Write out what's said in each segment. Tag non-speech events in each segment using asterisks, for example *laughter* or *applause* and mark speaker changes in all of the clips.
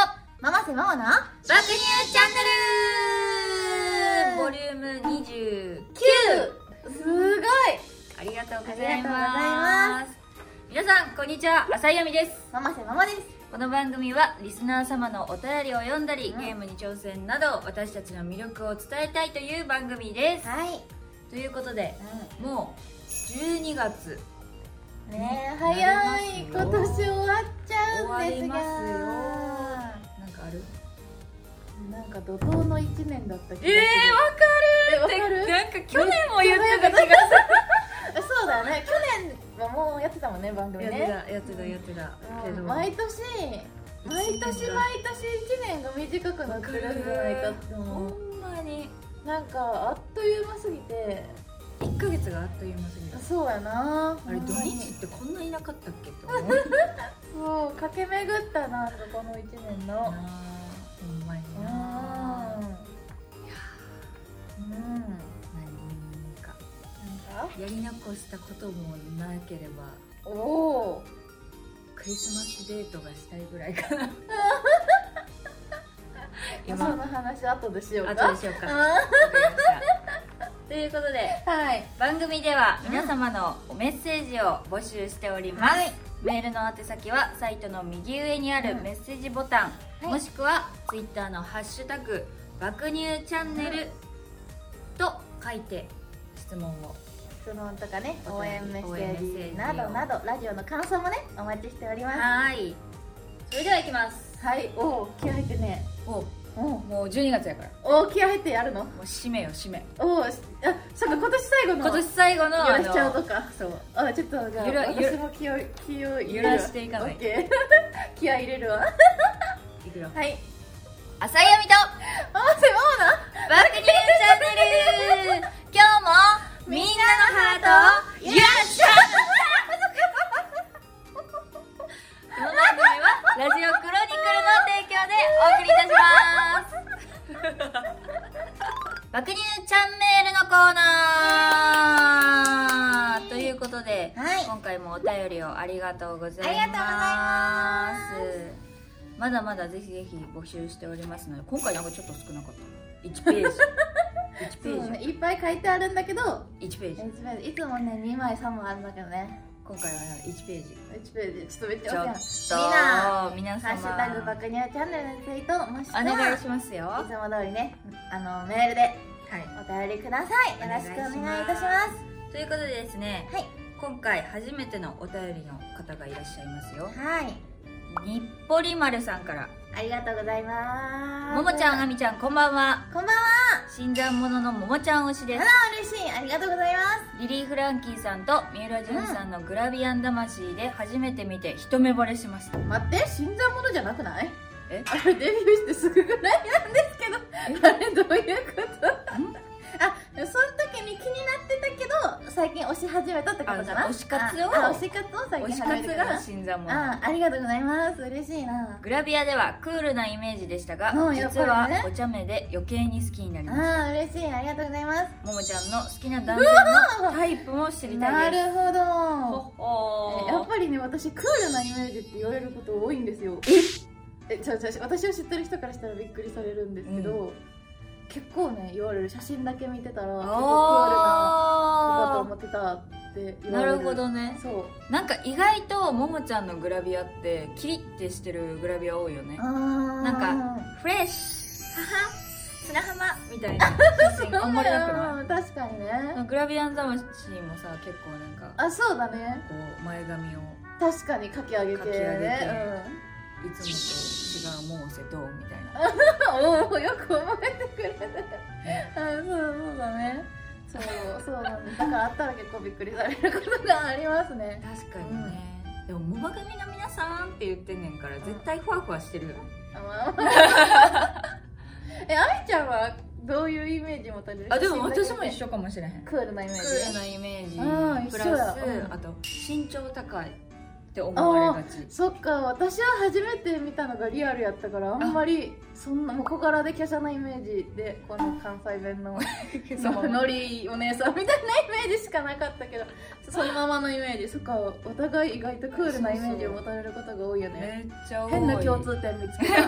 Speaker 1: 瀬ママの
Speaker 2: 爆乳チャンネルボリューム29
Speaker 1: 9! すごい
Speaker 2: ありがとうございます
Speaker 1: あ
Speaker 2: 皆さんこんにちは浅井亜美です
Speaker 1: ママ瀬ママです
Speaker 2: この番組はリスナー様のお便りを読んだり、
Speaker 1: うん
Speaker 2: ゲームに挑戦など私たちの魅力を伝えたいという番組です
Speaker 1: はい、
Speaker 2: ということでもう12月
Speaker 1: うん、ねえ
Speaker 2: な
Speaker 1: 早い
Speaker 2: り
Speaker 1: 今
Speaker 2: ますよ
Speaker 1: 年終わっちゃうんですが
Speaker 2: 終わなんかある
Speaker 1: なんか怒涛の一年だった気がす
Speaker 2: え
Speaker 1: る
Speaker 2: ー、
Speaker 1: え
Speaker 2: わ
Speaker 1: わ
Speaker 2: かる
Speaker 1: かる
Speaker 2: ってなんか去年も言ってた気がす
Speaker 1: *laughs* そうだね去年はもうやってたもんね番
Speaker 2: る
Speaker 1: 組
Speaker 2: やって
Speaker 1: ね
Speaker 2: たやってたやってたけ
Speaker 1: う
Speaker 2: ど
Speaker 1: ん毎年毎年毎年1年が短くなってるんじゃないかって
Speaker 2: ほ
Speaker 1: 思うん
Speaker 2: まに
Speaker 1: なんかあっという間すぎて
Speaker 2: 1ヶ月があっという間すぎた
Speaker 1: そうやな
Speaker 2: あれ土
Speaker 1: ほんまに
Speaker 2: 日ってこんないなかったっけって思う *laughs*
Speaker 1: そう駆け巡ったなそこの1年
Speaker 2: な
Speaker 1: の
Speaker 2: ほんまに
Speaker 1: うん
Speaker 2: な
Speaker 1: うんな
Speaker 2: 何
Speaker 1: ん
Speaker 2: か
Speaker 1: か
Speaker 2: やり残したこともなければ
Speaker 1: おお
Speaker 2: クリスマスデートがしたいぐらいかな
Speaker 1: そ
Speaker 2: 今
Speaker 1: の話後でしよう
Speaker 2: 後 *laughs*
Speaker 1: か
Speaker 2: でしょうかわかり
Speaker 1: う
Speaker 2: ましたということで
Speaker 1: んはい
Speaker 2: 番組では皆様のメッセージを募集しております、メールの宛先はサイトの右上にある
Speaker 1: うん
Speaker 2: メッセージボタン、
Speaker 1: はい
Speaker 2: もしくはツイッターの「ハッシュタグ爆乳チャンネル」と書いて質問を
Speaker 1: 質問とかね
Speaker 2: お
Speaker 1: 応
Speaker 2: 便り
Speaker 1: 援メッ
Speaker 2: 応
Speaker 1: セ
Speaker 2: 援メッセージ
Speaker 1: ージなどなどラジオの感想もねお待ちしておりま
Speaker 2: はいそれではいきます
Speaker 1: すはいおお気合入ってね
Speaker 2: お
Speaker 1: お
Speaker 2: もう12月やからも
Speaker 1: おお気合入ってやるの
Speaker 2: う締めよ締め
Speaker 1: おおしあそうか今年最後の
Speaker 2: 今年最後の
Speaker 1: 揺ら
Speaker 2: あ
Speaker 1: しちゃう
Speaker 2: の
Speaker 1: とか
Speaker 2: そう
Speaker 1: あちょっとじゃあ
Speaker 2: 揺ら揺ら
Speaker 1: 私も気を気を入れるわ
Speaker 2: 揺らしていかない
Speaker 1: オッケー *laughs* 気合入れるわ
Speaker 2: いくよ
Speaker 1: はい
Speaker 2: 浅井亜美と
Speaker 1: 合わせオーナー
Speaker 2: 爆乳チャンネル今日もみんなのハートをよっしゃこの番組はラジオクロニクルの提供でお送りいたします爆乳チャンネルのコーナーということで、
Speaker 1: はい
Speaker 2: 今回もお便りをありがとうございます
Speaker 1: ありがとうございます
Speaker 2: まだまだぜひぜひ募集しておりますので今回なんかちょっと少なかった1ペー
Speaker 1: *laughs*
Speaker 2: ジ1ペ
Speaker 1: そうだ
Speaker 2: ー
Speaker 1: ね
Speaker 2: ジ
Speaker 1: いっぱい書いてあるんだけど
Speaker 2: 1ページ
Speaker 1: 1ページいつもね2枚3枚あるんだけどね
Speaker 2: 今回は1ページ
Speaker 1: 1ページちょっとめっち
Speaker 2: ちょ
Speaker 1: ゃ
Speaker 2: っ
Speaker 1: 多いな
Speaker 2: と皆
Speaker 1: ハッシュタグ
Speaker 2: 様
Speaker 1: 爆乳チャンネルのツイートもし
Speaker 2: お
Speaker 1: くは
Speaker 2: 願い
Speaker 1: い
Speaker 2: しますよは
Speaker 1: つも通りねあのメールで
Speaker 2: い
Speaker 1: お便りくださいよろしくお願いいたします
Speaker 2: ということでですね
Speaker 1: はい
Speaker 2: 今回初めてのお便りの方がいらっしゃいますよ
Speaker 1: はい
Speaker 2: にっぽり丸さんから
Speaker 1: ありがとうございます
Speaker 2: ももちゃんあみちゃんこんばんは
Speaker 1: こんばんは
Speaker 2: 新参者のももちゃん推しで
Speaker 1: あ
Speaker 2: す
Speaker 1: ら嬉しいありがとうございます
Speaker 2: リリー・フランキーさんと三浦淳さんのグラビアン魂で初めて見て一目惚れしました、
Speaker 1: 待って新参者じゃなくない
Speaker 2: え
Speaker 1: あれデビューしてすぐぐらいなんですけどあれどういうことあその時に気になってたけど最近推し始めたってことか
Speaker 2: あ
Speaker 1: な
Speaker 2: 推し活を
Speaker 1: ああ推し活を最
Speaker 2: 推
Speaker 1: 近
Speaker 2: し
Speaker 1: 始め
Speaker 2: 活
Speaker 1: てか
Speaker 2: が
Speaker 1: な
Speaker 2: 新参者
Speaker 1: あありがとうございます嬉しいな
Speaker 2: グラビアではクールなイメージでしたが、
Speaker 1: うんやっ
Speaker 2: 実
Speaker 1: ぱ
Speaker 2: は
Speaker 1: りね
Speaker 2: お茶目で余計に好きになりました
Speaker 1: ああ嬉しいありがとうございます
Speaker 2: ももちゃんの好きな男性のタイプも知りた
Speaker 1: ない
Speaker 2: です
Speaker 1: るほ
Speaker 2: ほ
Speaker 1: どえや
Speaker 2: ほ
Speaker 1: っぱりね私クールなイメージって言われること多いんですよえちょちょ私を知ってる人からしたらびっくりされるんですけど、結構ね言われる写真だけ見てたら結構クールな子だと
Speaker 2: あ
Speaker 1: 思ってたって
Speaker 2: ー
Speaker 1: 言わ
Speaker 2: な
Speaker 1: れる
Speaker 2: るほどね
Speaker 1: そう
Speaker 2: なんか意外とももちゃんのグラビアってキリッてしてるグラビア多いよね
Speaker 1: なん
Speaker 2: かフレッシュ母砂浜みたい
Speaker 1: *laughs*
Speaker 2: な写真あんまりなくない
Speaker 1: い確かにね
Speaker 2: グラビアン魂もさ結構なんか
Speaker 1: あそうだね
Speaker 2: こう前髪を
Speaker 1: 確かにかき上げて
Speaker 2: かき上げて
Speaker 1: ね
Speaker 2: いつもと違うモーセどうみたいな
Speaker 1: うん、おおよく覚えてくれたあそうそうだねそうそうなんですだからあったら結構びっくりされることがありますね
Speaker 2: 確かにね、でもモバ組の皆さんって言ってんねんから絶対ふわふわしてるよね
Speaker 1: あまあまあえあみちゃんはどういうイメージ持たれる
Speaker 2: あでも私も一
Speaker 1: 緒
Speaker 2: 緒かもしれへんク
Speaker 1: クールなイメージ
Speaker 2: ールなイメ
Speaker 1: あ
Speaker 2: ー
Speaker 1: ー
Speaker 2: ジプ
Speaker 1: 一緒
Speaker 2: ラ
Speaker 1: だ
Speaker 2: ス、
Speaker 1: うん
Speaker 2: あと身長高いって思われがち
Speaker 1: そっか私は初めて見たのがリアルやったからあんまりそんなもう小柄で華奢なイメージでこの関西弁のそのノリお姉さんみたいなイメージしかなかったけどそのままのイメージそっかお互い意外とクールなイメージを持たれることが多いよね
Speaker 2: めっちゃ多い
Speaker 1: 変な共通点見つけた
Speaker 2: で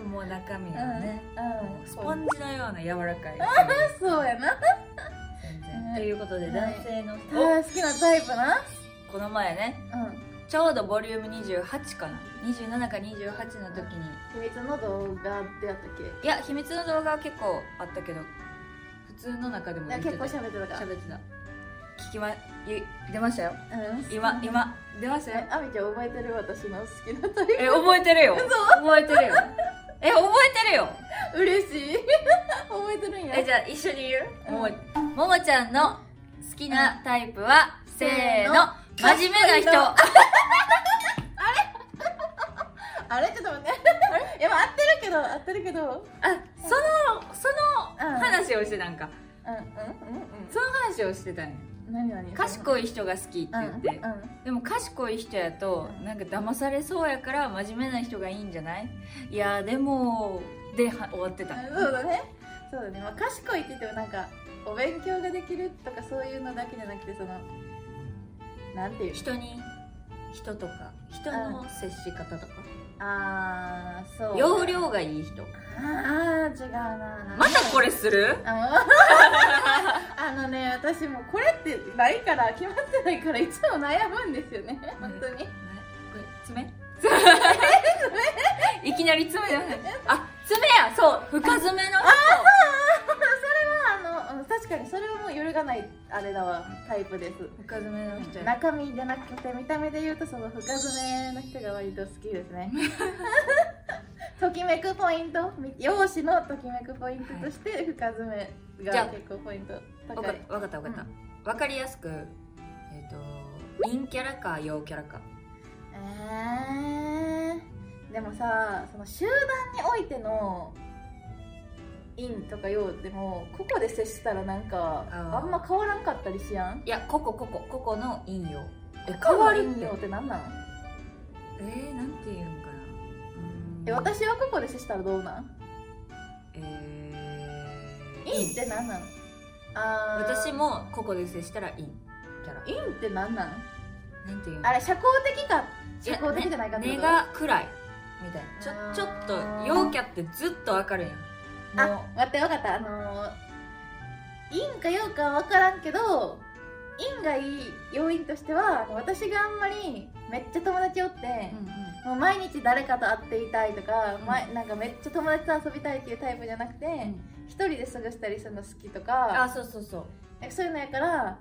Speaker 2: ももう中身
Speaker 1: うん
Speaker 2: がね、も
Speaker 1: う
Speaker 2: うんスポンジのような柔らかい
Speaker 1: そうや
Speaker 2: 全
Speaker 1: なう
Speaker 2: 然
Speaker 1: ん
Speaker 2: ということで男性の、
Speaker 1: あー好きなタイプな
Speaker 2: おこの前ね
Speaker 1: うん
Speaker 2: ちょうどボリューム28かな27か28の時に
Speaker 1: 秘密の動画でやったっけ
Speaker 2: いや秘密の動画は結構あったけど普通の中でも言
Speaker 1: いや
Speaker 2: ってた
Speaker 1: 結構喋ってたから
Speaker 2: 喋ってた聞きまゆ出ましたよ
Speaker 1: うん
Speaker 2: 今今出ましたよ
Speaker 1: えあみちゃん覚えてる私の好きなタイ
Speaker 2: え覚えてるよ覚えてるよえ覚えてるよ
Speaker 1: プ嬉しい *laughs* 覚えてるんや
Speaker 2: えじゃあ一緒に言う
Speaker 1: うん
Speaker 2: ももももちゃんの好きなタイプは、せーの
Speaker 1: せーの
Speaker 2: 真面目な人
Speaker 1: 賢あれちょっと待っていやまあ合ってるけど合ってるけど
Speaker 2: そのその話をしてなんか
Speaker 1: うんうんうんうん
Speaker 2: その話をしてたんよ
Speaker 1: 何何
Speaker 2: 賢
Speaker 1: い
Speaker 2: い人が好きって
Speaker 1: うん
Speaker 2: 言って、
Speaker 1: うん
Speaker 2: でも賢い人やとなんか騙されそうやから真面目な人がいいんじゃないいやでもでは終わってた
Speaker 1: *laughs* そうだねそうだね、まあ、賢いって言ってもなんかお勉強ができるとかそういうのだけじゃなくてそのなんていう
Speaker 2: 人に人とか人の接し方とか、
Speaker 1: ああそう
Speaker 2: 容量がいい人
Speaker 1: ああ違うな
Speaker 2: またこれする
Speaker 1: あの *laughs* あのね私もこれってないから決まってないからいつも悩むんですよね本当に
Speaker 2: こ
Speaker 1: *laughs*
Speaker 2: れ爪いきなり爪だねあ爪やそう深爪の人
Speaker 1: あのうん確かにそれはもう揺るがないあれだわタイプです
Speaker 2: 深爪の人や
Speaker 1: 中身じゃなくて見た目で言うとその深爪の人が割と好きで
Speaker 2: *laughs*
Speaker 1: すねときめくポイントみ容姿のときめくポイントとして深爪
Speaker 2: じゃあ
Speaker 1: が結構ポイント
Speaker 2: わ
Speaker 1: 高
Speaker 2: か
Speaker 1: い
Speaker 2: わかったわかった、わ
Speaker 1: うん
Speaker 2: かりやすくえっ、と陰キャラか陽キャラか
Speaker 1: えー、でもさその集団においての陰とか陽でもここで接したらなんか
Speaker 2: あー
Speaker 1: あんま変わらんかったりしやん
Speaker 2: いやここここここの陰陽え
Speaker 1: 変わ
Speaker 2: り
Speaker 1: りんよってなんなん
Speaker 2: えー、なんていうんかなうーん
Speaker 1: え私はここで接したらどうなん
Speaker 2: えー、
Speaker 1: 陰ってなんなんあー
Speaker 2: 私もここで接したら陰キャラ
Speaker 1: 陰ってなんなん
Speaker 2: なんていうん
Speaker 1: あれ社交的か社交的じゃないかって
Speaker 2: 根
Speaker 1: こと
Speaker 2: が暗いみたいなちょちょっと
Speaker 1: あー
Speaker 2: 陽キャってずっと明るいやんもう
Speaker 1: あ待って分かったあのー陰か陽かは分からんけど陰がいい要因としては私があんまりめっちゃ友達おって、もう毎日誰かと会っていたいとか、
Speaker 2: うん
Speaker 1: まなんかめっちゃ友達と遊びたいっていうタイプじゃなくて
Speaker 2: うん
Speaker 1: 一、人で過ごしたりするの好きと
Speaker 2: あ
Speaker 1: か
Speaker 2: そうそうそう
Speaker 1: なんかそういうのやから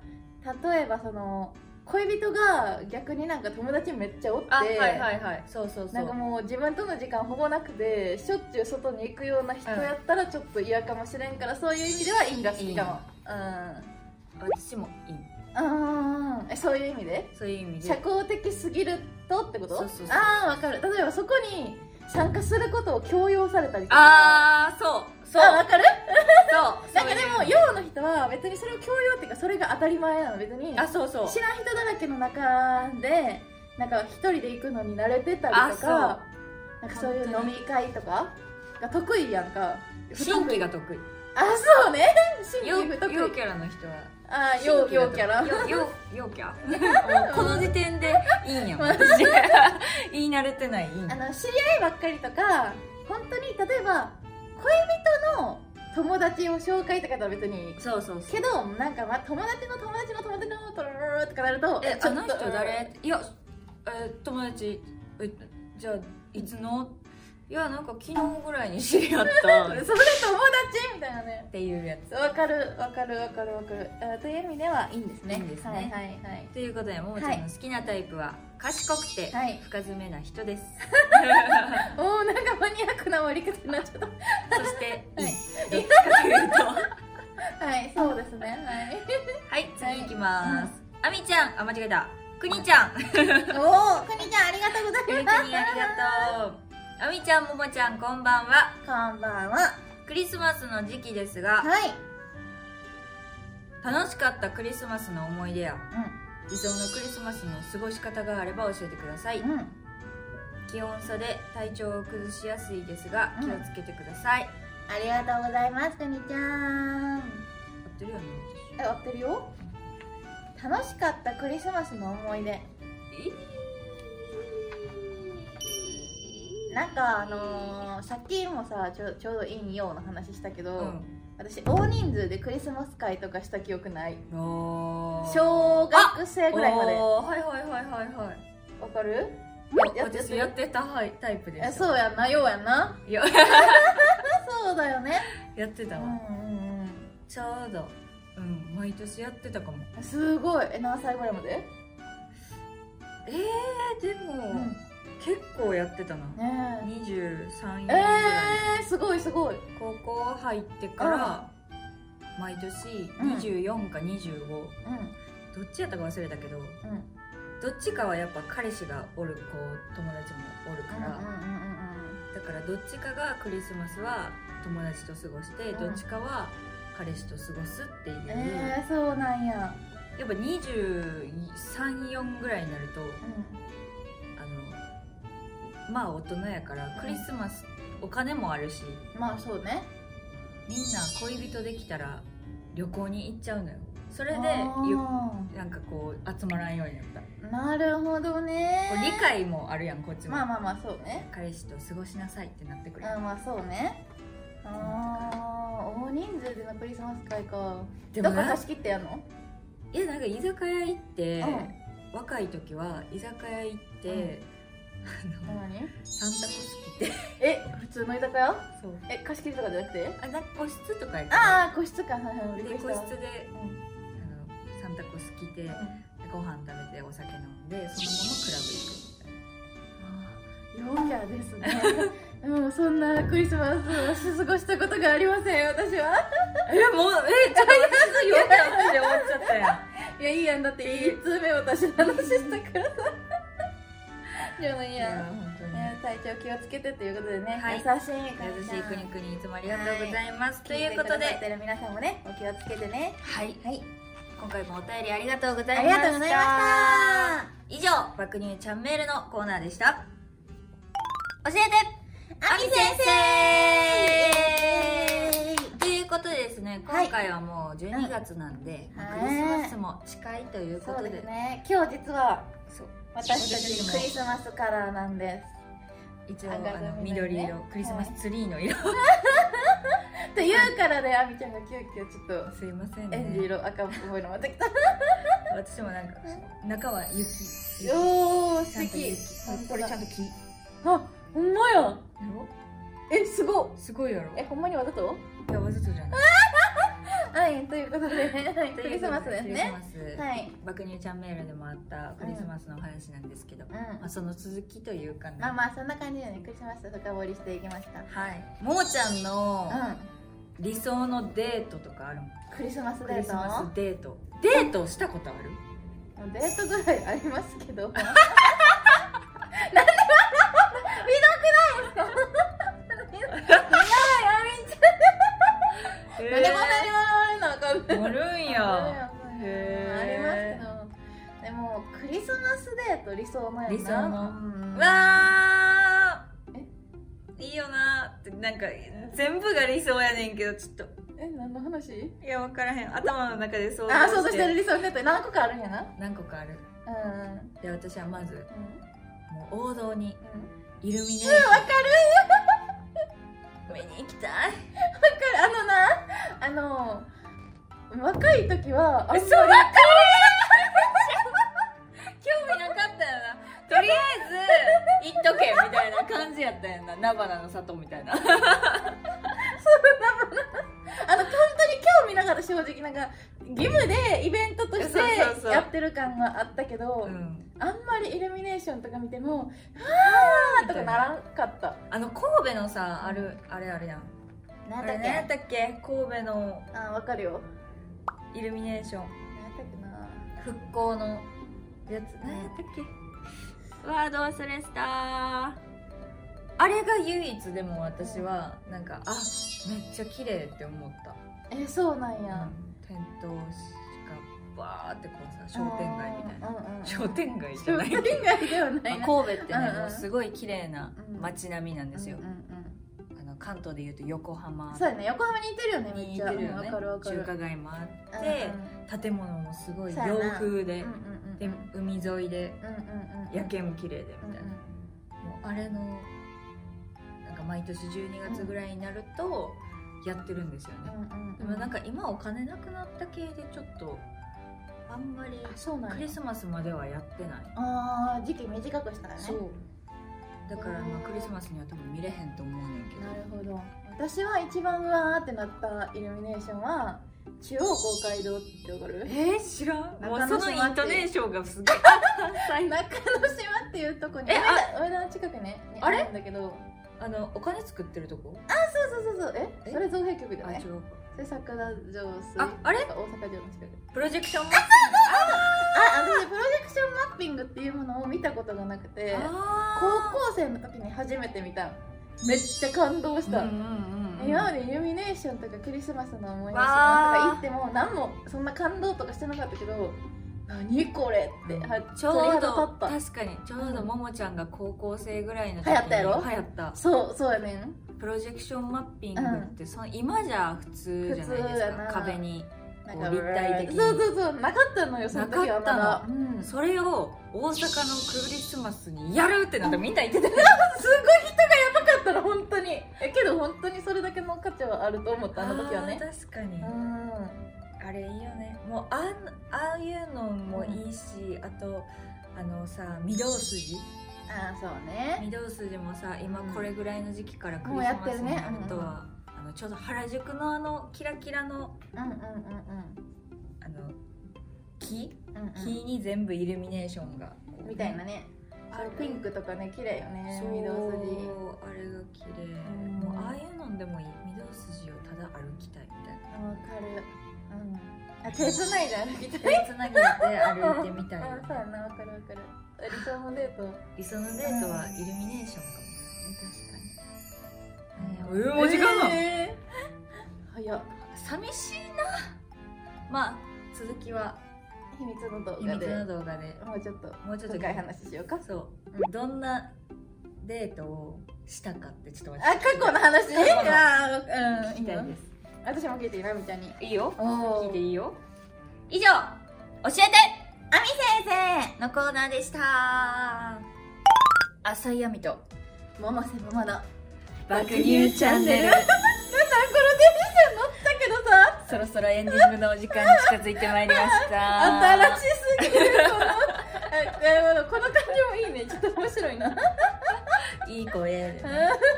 Speaker 1: 例えばその恋人が逆になんか友達めっちゃおって
Speaker 2: あはいはいはいそうそうそ
Speaker 1: なんか
Speaker 2: う
Speaker 1: もう自分との時間ほぼなくてしょっちゅう外に行くような人やったらちょっと嫌かもしれんから、そういう意味では陰が好きかも
Speaker 2: 私も陰
Speaker 1: うんうんえそういう意味で
Speaker 2: そういう意味
Speaker 1: 社
Speaker 2: で
Speaker 1: 交的すぎるとってこと
Speaker 2: そうそうそう
Speaker 1: ああわかる例えばそこに参加することを強要されたりとか
Speaker 2: ああそうそう
Speaker 1: あわかる
Speaker 2: そう
Speaker 1: なんかで
Speaker 2: そう
Speaker 1: も
Speaker 2: いう
Speaker 1: 陽の人は別にそれを強要っていうかそれが当たり前なの別に
Speaker 2: あそうそう
Speaker 1: 知らん人だらけの中でなんか一人で行くのに慣れてたり
Speaker 2: あ
Speaker 1: と
Speaker 2: そう
Speaker 1: かなんかそういう
Speaker 2: 本
Speaker 1: 飲
Speaker 2: 当
Speaker 1: み
Speaker 2: に
Speaker 1: 会とかが得意やんか
Speaker 2: 新規が
Speaker 1: 不得意
Speaker 2: 得意
Speaker 1: あそうね新
Speaker 2: 陽
Speaker 1: 規不得
Speaker 2: 陽
Speaker 1: 意
Speaker 2: キャラの人は
Speaker 1: あー陽陽キャラ
Speaker 2: 陽陽陽キャ *laughs* もうこの時点でいいん *laughs* やん私言い慣れてないいいん
Speaker 1: あ
Speaker 2: や
Speaker 1: の知り合いばっかりとか本当に例えば恋人の友達を紹介とかだと別に
Speaker 2: そうそうそう
Speaker 1: けどなんかまあ友達の友達の友達のトロロロロとかなると
Speaker 2: え
Speaker 1: ち
Speaker 2: あ
Speaker 1: ょっと
Speaker 2: の人誰いや、え友達えじゃあいつのいやなんか昨日ぐらいに知り合っ *laughs*
Speaker 1: そ
Speaker 2: た
Speaker 1: れ
Speaker 2: っ
Speaker 1: 友達みたいなね
Speaker 2: ていうやつ
Speaker 1: わかるわかるわかるわかる、あという意味ではいいんですね
Speaker 2: いいんですね
Speaker 1: はいはいはい
Speaker 2: ということでももちゃんの好きなタイプは賢くて
Speaker 1: はい
Speaker 2: 深爪な人 *laughs* です、
Speaker 1: おおなんかマニアックな終わり方になっちゃっ
Speaker 2: そして
Speaker 1: はい
Speaker 2: いどっちかというと
Speaker 1: たはいそうですねはい
Speaker 2: はい次いきます、あみちゃんあ間違えたくにちゃんくに
Speaker 1: おおくにちゃんありがとうござ
Speaker 2: ちゃ
Speaker 1: い
Speaker 2: ん
Speaker 1: ます
Speaker 2: *laughs* ありがとうあみちゃんももちゃんこんばんは
Speaker 1: こんばんは
Speaker 2: クリスマスの時期ですが
Speaker 1: はい
Speaker 2: 楽しかったクリスマスの思い出や
Speaker 1: う
Speaker 2: 理想のクリスマスの過ごし方があれば教えてください
Speaker 1: んうん
Speaker 2: 気温差で体調を崩しやすいですが
Speaker 1: うん
Speaker 2: 気をつけてください、
Speaker 1: ありがとうございますくにちゃん
Speaker 2: 合ってるよね
Speaker 1: え合ってるよ楽しかったクリスマスの思い出
Speaker 2: 私え
Speaker 1: なんかあのー、さっきもさちょちょうどいいような話したけど、
Speaker 2: うん
Speaker 1: 私大人数でクリスマス会とかした記憶ない
Speaker 2: おー
Speaker 1: 小学生ぐらいまで
Speaker 2: おーはいはいはいはいはい
Speaker 1: わかる
Speaker 2: あ私やってたはいタイプでした
Speaker 1: えそうやんなようやんない
Speaker 2: や
Speaker 1: そうだよね
Speaker 2: やって
Speaker 1: う
Speaker 2: た
Speaker 1: ん
Speaker 2: わ、
Speaker 1: うん
Speaker 2: ちょうどうん毎年やってたかも
Speaker 1: うんすごいえ何歳ぐらいまで
Speaker 2: えー、でも、結構やってたな
Speaker 1: ね
Speaker 2: 23年
Speaker 1: え
Speaker 2: ぐらい、
Speaker 1: えー、すごいすごい
Speaker 2: 高校入ってから毎年24か25、
Speaker 1: う
Speaker 2: どっちやったか忘れたけど
Speaker 1: んうん
Speaker 2: どっちかはやっぱ彼氏がおる子友達もおるから、
Speaker 1: うんうんうん
Speaker 2: だからどっちかがクリスマスは友達と過ごして、
Speaker 1: うん
Speaker 2: どっちかは彼氏と過ごすっていう、
Speaker 1: うんえー、そうなん
Speaker 2: や
Speaker 1: や、
Speaker 2: っぱ234ぐらいになると
Speaker 1: うん、
Speaker 2: あのまあ大人やからクリスマスお金もあるし
Speaker 1: まあそうね
Speaker 2: みんな恋人できたら旅行に行っちゃうのよそれで
Speaker 1: あー
Speaker 2: ゆなんかこう集まらんようになったこ
Speaker 1: なるほどね
Speaker 2: う理解もあるやんこっちも、
Speaker 1: まあまあまあそうね
Speaker 2: 彼氏と過ごしなさいってなってくる、
Speaker 1: うんまあそうねあー大人数でのクリスマス会か
Speaker 2: で
Speaker 1: ど
Speaker 2: も
Speaker 1: こ
Speaker 2: な
Speaker 1: 貸し切ってやんの
Speaker 2: いやなんか居酒屋行って、
Speaker 1: う
Speaker 2: 若い時は居酒屋行って、あの
Speaker 1: 何
Speaker 2: サンタコス着て
Speaker 1: え普通の居酒屋
Speaker 2: そう
Speaker 1: え貸し切りとかじゃなくて
Speaker 2: あなんか個室とか行って
Speaker 1: ああ個室かはいはいび
Speaker 2: で
Speaker 1: っくり
Speaker 2: 個
Speaker 1: した
Speaker 2: 室で
Speaker 1: うんう
Speaker 2: あ
Speaker 1: ん
Speaker 2: のサンタコス着てご飯食べてお酒飲んでそのままクラブ行く
Speaker 1: あー陽キャですねうんそんなクリスマスを過ごしたことがありません私は
Speaker 2: えもうえちょっと私の4歳で終わっちゃったやん
Speaker 1: いやいいやんだって1通目私の話したからさ *laughs* でもいい
Speaker 2: い
Speaker 1: や
Speaker 2: や
Speaker 1: ん
Speaker 2: 本当に
Speaker 1: ね体調気をつけてということでね、
Speaker 2: はい
Speaker 1: 優しい感
Speaker 2: 優
Speaker 1: じ
Speaker 2: しい国々いつもありがとうございます、
Speaker 1: と
Speaker 2: とい
Speaker 1: いう
Speaker 2: う
Speaker 1: こ
Speaker 2: ことと
Speaker 1: で
Speaker 2: で
Speaker 1: てる皆さんもねお気をつけてね
Speaker 2: はい
Speaker 1: はい
Speaker 2: 今回もお便りありがとうござ
Speaker 1: あ
Speaker 2: い
Speaker 1: り
Speaker 2: ました
Speaker 1: がとうございま
Speaker 2: 以
Speaker 1: した
Speaker 2: 上爆乳ちゃんメールのコーナーでした教えて
Speaker 1: あ
Speaker 2: あ
Speaker 1: み
Speaker 2: み
Speaker 1: 先
Speaker 2: 先生ということでですね
Speaker 1: はい
Speaker 2: 今回はもう12月なんで、まあ
Speaker 1: はい
Speaker 2: クリスマスも近いというこ
Speaker 1: そ
Speaker 2: と
Speaker 1: う
Speaker 2: で
Speaker 1: ですね今日実は
Speaker 2: そう
Speaker 1: 私たちクリスマスカラーなんです
Speaker 2: 一応
Speaker 1: 赤
Speaker 2: あ
Speaker 1: 染めの
Speaker 2: の
Speaker 1: ね
Speaker 2: 緑色クリスマスツリーの色、
Speaker 1: というからであみちゃんが急遽ちょっと
Speaker 2: すいません
Speaker 1: エンジ
Speaker 2: ね
Speaker 1: 色赤っぽいの持ってきた
Speaker 2: 私もなんか中は雪雪ち
Speaker 1: おー
Speaker 2: ゃん
Speaker 1: 素
Speaker 2: と雪
Speaker 1: 敵
Speaker 2: これちゃんと木や
Speaker 1: あほんまや
Speaker 2: ろ
Speaker 1: えすごっ
Speaker 2: すごいやろ
Speaker 1: えほんまにわざと
Speaker 2: いやわざとじゃない
Speaker 1: はいということではいクリスマスですね
Speaker 2: クリスマス
Speaker 1: はい
Speaker 2: 爆乳ちゃんメールでもあったクリスマスのお話なんですけど、
Speaker 1: うん
Speaker 2: まあ、その続きというかね、
Speaker 1: まあまあそんな感じでねクリスマス深掘りしていきました
Speaker 2: はい、もーちゃんの
Speaker 1: う
Speaker 2: 理想のデートとかあるの
Speaker 1: んクリスマス
Speaker 2: ク
Speaker 1: デ
Speaker 2: リ
Speaker 1: ー
Speaker 2: ス
Speaker 1: ト
Speaker 2: マスデートデートしたことある
Speaker 1: デートぐらいありますけ *laughs* どなんで笑うのひどくないですか *laughs* やばいあみちゃんなんでこんなに笑われなあかんの
Speaker 2: あ
Speaker 1: *laughs*
Speaker 2: るんや
Speaker 1: あ
Speaker 2: へ
Speaker 1: り
Speaker 2: ー
Speaker 1: ますけどでもクリスマスデート理想のやな
Speaker 2: 理想の
Speaker 1: うん
Speaker 2: わーいいよなーってなんか全部が理想やねんけどちょっと
Speaker 1: え何の話
Speaker 2: いや分からへん頭の中で想像
Speaker 1: あそうそうしてる理想のデート何個かあるんやな
Speaker 2: 何個かある
Speaker 1: うんうん
Speaker 2: で私はまず
Speaker 1: うん
Speaker 2: もう王道に
Speaker 1: うん
Speaker 2: イルミネーシ
Speaker 1: わかる
Speaker 2: ョン見に行きたい
Speaker 1: あのなあの若い時はあんまり
Speaker 2: そうわかる興味なかったよなとりあえず行っとけみたいな感じやったよな菜花の里みたいな
Speaker 1: あの本当に興味なかった正直なんか義務でイベントとして
Speaker 2: そうそうそう
Speaker 1: やってる感はあったけど、
Speaker 2: ん
Speaker 1: あんまりイルミネーションとか見ても「はあ」とかならんかった
Speaker 2: あの神戸のさあるあれあれやんあれ何やったっけ神戸の
Speaker 1: あわかるよ
Speaker 2: イルミネーション
Speaker 1: 何やったっけな
Speaker 2: 復興のやつ何やったっけワード忘れしたあれが唯一でも私はなんかあめっちゃ綺麗って思った
Speaker 1: えそうなんや、
Speaker 2: 店頭がバーってこうさ商店街みたいな、
Speaker 1: うんうんうん、
Speaker 2: 商店街じゃ
Speaker 1: 商
Speaker 2: ない
Speaker 1: 店街ではな
Speaker 2: ま
Speaker 1: い
Speaker 2: あ神
Speaker 1: な
Speaker 2: 戸ってね、
Speaker 1: うんうん
Speaker 2: もうすごい綺麗な街並みなんですよ
Speaker 1: うん、うん
Speaker 2: あの関東でいうと横
Speaker 1: う
Speaker 2: 浜
Speaker 1: んそうやね横浜に似てるよねめっ
Speaker 2: に似
Speaker 1: ち
Speaker 2: て
Speaker 1: ゃ
Speaker 2: る
Speaker 1: うん
Speaker 2: よ
Speaker 1: わ
Speaker 2: ね
Speaker 1: かるわかる
Speaker 2: 中華街もあって、建物もすごい
Speaker 1: そうや
Speaker 2: 洋
Speaker 1: な
Speaker 2: 風
Speaker 1: うん
Speaker 2: で
Speaker 1: うんうん
Speaker 2: で海沿いで
Speaker 1: うんうんうん
Speaker 2: 夜景も綺麗で
Speaker 1: うん
Speaker 2: み
Speaker 1: う
Speaker 2: たいな、
Speaker 1: ん
Speaker 2: もうあれの年12月ぐらいになるとやってるんですよね、
Speaker 1: うん
Speaker 2: でもなんか今お金なくなった系でちょっとあんまり
Speaker 1: あそうなんや
Speaker 2: クリスマスまではやってない
Speaker 1: あー時期短くしたらね
Speaker 2: そうだからまあクリスマスには多分見れへんと思うねんけど
Speaker 1: なるほど私は一番うわーってなったイルミネーションは中央公会堂ってわかる
Speaker 2: えー、知らんもう
Speaker 1: 中
Speaker 2: そ
Speaker 1: 野
Speaker 2: の
Speaker 1: 島って
Speaker 2: イントネーションがすごい
Speaker 1: *laughs* 中野島っていうとこに
Speaker 2: えあ
Speaker 1: 上田の近くねに
Speaker 2: あれ
Speaker 1: るんだけど
Speaker 2: あのお金作ってるとこ
Speaker 1: そうそうそうそうえ
Speaker 2: え
Speaker 1: それ造幣局じゃ
Speaker 2: あ
Speaker 1: な
Speaker 2: 違
Speaker 1: いう
Speaker 2: か
Speaker 1: それ桜城水
Speaker 2: ああれ
Speaker 1: 大阪城の近く
Speaker 2: プロジェクションマッ
Speaker 1: あ私プロジェクションマッピングっていうものを見たことがなくて
Speaker 2: ピング
Speaker 1: 高
Speaker 2: あ
Speaker 1: 校生の時に初めて見ためっちゃ感動し
Speaker 2: ー
Speaker 1: た、
Speaker 2: うんうんうんうん
Speaker 1: 今までイルミネーションとかクリスマスの思い出と
Speaker 2: わ
Speaker 1: か
Speaker 2: ー
Speaker 1: 行っても何もそんな感動とかしてなかったけど何これっては
Speaker 2: ちょう
Speaker 1: 鳥肌立
Speaker 2: ど
Speaker 1: った
Speaker 2: 確かにちょうどももちゃんが高校生ぐらいの時
Speaker 1: 流行ったやろ
Speaker 2: 流行った
Speaker 1: そうそうやねん
Speaker 2: プロジェクションマッピングって、その今じゃ普通じゃない
Speaker 1: 普
Speaker 2: で
Speaker 1: 通
Speaker 2: す
Speaker 1: や
Speaker 2: か
Speaker 1: な
Speaker 2: 壁に
Speaker 1: なんか
Speaker 2: こう立体的に
Speaker 1: そうそうそうなかったのよその時はま
Speaker 2: なか
Speaker 1: だ
Speaker 2: っ
Speaker 1: うんす
Speaker 2: それを大阪のクリスマスにやるってなったらみんな言ってたよ
Speaker 1: ごい人がやばかったの本当にえけど本当にそれだけの価値はあると思ったあの時は
Speaker 2: *laughs*
Speaker 1: ね
Speaker 2: あー確かに、
Speaker 1: うん
Speaker 2: あれいいよねもうあんああいうのもいいし、あとあのさ御堂筋
Speaker 1: ああそうね
Speaker 2: 御堂筋もさ今これぐらいの時期からクリス
Speaker 1: もうやっ
Speaker 2: マ
Speaker 1: て
Speaker 2: ス
Speaker 1: る
Speaker 2: に
Speaker 1: ね
Speaker 2: なるとは、あのちょうど原宿のあのキラキラの
Speaker 1: うんうんうん
Speaker 2: あの木
Speaker 1: うんうんうん
Speaker 2: 木に全部イルミネーションがこう
Speaker 1: みたいなね
Speaker 2: あれ
Speaker 1: ピンクとかね綺麗よね
Speaker 2: そう
Speaker 1: 御堂筋
Speaker 2: あれが綺麗、
Speaker 1: うん
Speaker 2: もうああいうのでもいい御堂筋をただ歩きたいみたいな
Speaker 1: わかる。うん。あ、手繋いで歩き
Speaker 2: *laughs*
Speaker 1: たい。
Speaker 2: 手つなぎで歩いてみたいよ
Speaker 1: *laughs* あ
Speaker 2: ね、
Speaker 1: そうやな、わかるわかる。理想のデート。確
Speaker 2: 理想のデートはイルミネーションかも
Speaker 1: か
Speaker 2: うんもう時間だ
Speaker 1: えー早っ。
Speaker 2: 寂しいなまあ続きは
Speaker 1: 秘密の動
Speaker 2: 秘
Speaker 1: 画
Speaker 2: 密
Speaker 1: で。
Speaker 2: の動画で
Speaker 1: もうちょっと
Speaker 2: もうちょっと
Speaker 1: 深い話しようか。
Speaker 2: そう、
Speaker 1: う
Speaker 2: どんなデートをしたかってちょっと
Speaker 1: あ、
Speaker 2: 待って
Speaker 1: 過去の話。
Speaker 2: 過去の
Speaker 1: あーうん、。
Speaker 2: 聞きたいです
Speaker 1: 私も聞いていいなみちゃんに。
Speaker 2: すいいよ
Speaker 1: お
Speaker 2: 聞いて
Speaker 1: い。
Speaker 2: いいよ以上教えてあみ先生のコーナーでした浅井あみと
Speaker 1: マ瀬ママの。
Speaker 2: 爆乳チャンネル
Speaker 1: この電車乗ったけどさ、
Speaker 2: そろそろエンディングのお時間に近づいてまいりまし *laughs* た
Speaker 1: 新しすぎる。このえこの感じもいいね。ちょっと面白いな。
Speaker 2: いい声でね、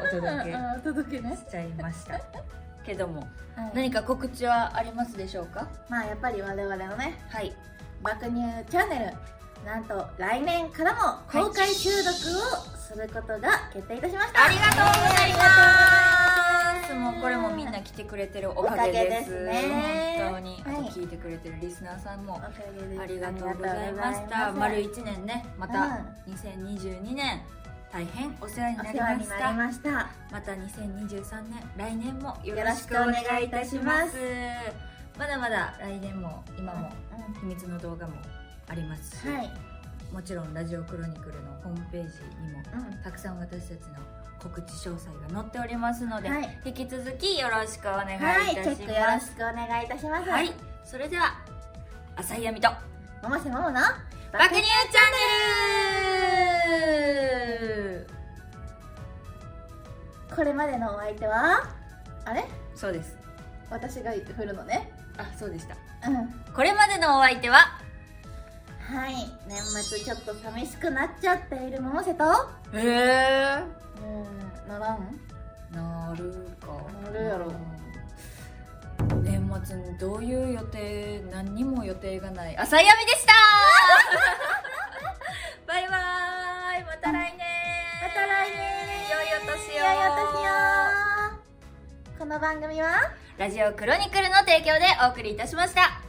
Speaker 2: お届け
Speaker 1: うんうん届けね。
Speaker 2: しちゃいました *laughs* けども
Speaker 1: はい
Speaker 2: 何か告知はありますでしょうか
Speaker 1: まあやっぱり我々のね
Speaker 2: はい
Speaker 1: 爆乳チャンネルなんと来年からも公開収録をすることが決定いたしました、
Speaker 2: ありがとうございます
Speaker 1: ありがとうございます
Speaker 2: もうこれもみんな来てくれてるおかげです
Speaker 1: おかげですね
Speaker 2: 本当に、
Speaker 1: はい
Speaker 2: あと聞いてくれてるリスナーさんも
Speaker 1: おかげです
Speaker 2: ありがとうございました
Speaker 1: あ
Speaker 2: 丸
Speaker 1: りがとうござい
Speaker 2: 1年ねま
Speaker 1: ま
Speaker 2: た2022年大変お世話に
Speaker 1: うん
Speaker 2: な
Speaker 1: お
Speaker 2: りまし
Speaker 1: 世話にな
Speaker 2: た
Speaker 1: り
Speaker 2: ま
Speaker 1: ました
Speaker 2: た2023年来年もよろしくお願いいたし
Speaker 1: よ
Speaker 2: ま
Speaker 1: ろし
Speaker 2: す
Speaker 1: く
Speaker 2: まだまだ来年も今も
Speaker 1: う
Speaker 2: 秘密の動画もありますし、
Speaker 1: んはい、
Speaker 2: もちろん「ラジオクロニクル」のホームページにも
Speaker 1: うん
Speaker 2: たくさん私たちの告知詳細が載っておりますので、
Speaker 1: はい
Speaker 2: 引き続きよろしくお願いい
Speaker 1: はい、チ
Speaker 2: た
Speaker 1: ェ
Speaker 2: し
Speaker 1: ックよ
Speaker 2: ま
Speaker 1: ろ
Speaker 2: す
Speaker 1: しくお願いいたします。
Speaker 2: はい、それでは浅井亜美と
Speaker 1: 百瀬ももの
Speaker 2: 爆乳チャンネル
Speaker 1: これまでのお相手はあれ
Speaker 2: そうです
Speaker 1: 私が振るのね。
Speaker 2: あそうでした
Speaker 1: うん。
Speaker 2: これまでのお相手は
Speaker 1: はい、年末ちょっと寂しくなっちゃっている百瀬と。
Speaker 2: ええ
Speaker 1: うん、ならん。
Speaker 2: なるか
Speaker 1: なるやろ
Speaker 2: 年末にどういう予定何にも予定がない浅井亜美でした *laughs* バイバイまた来年
Speaker 1: また来年
Speaker 2: 良いお年を
Speaker 1: 良いお年をこの番組は
Speaker 2: ラジオクロニクルの提供でお送りいたしました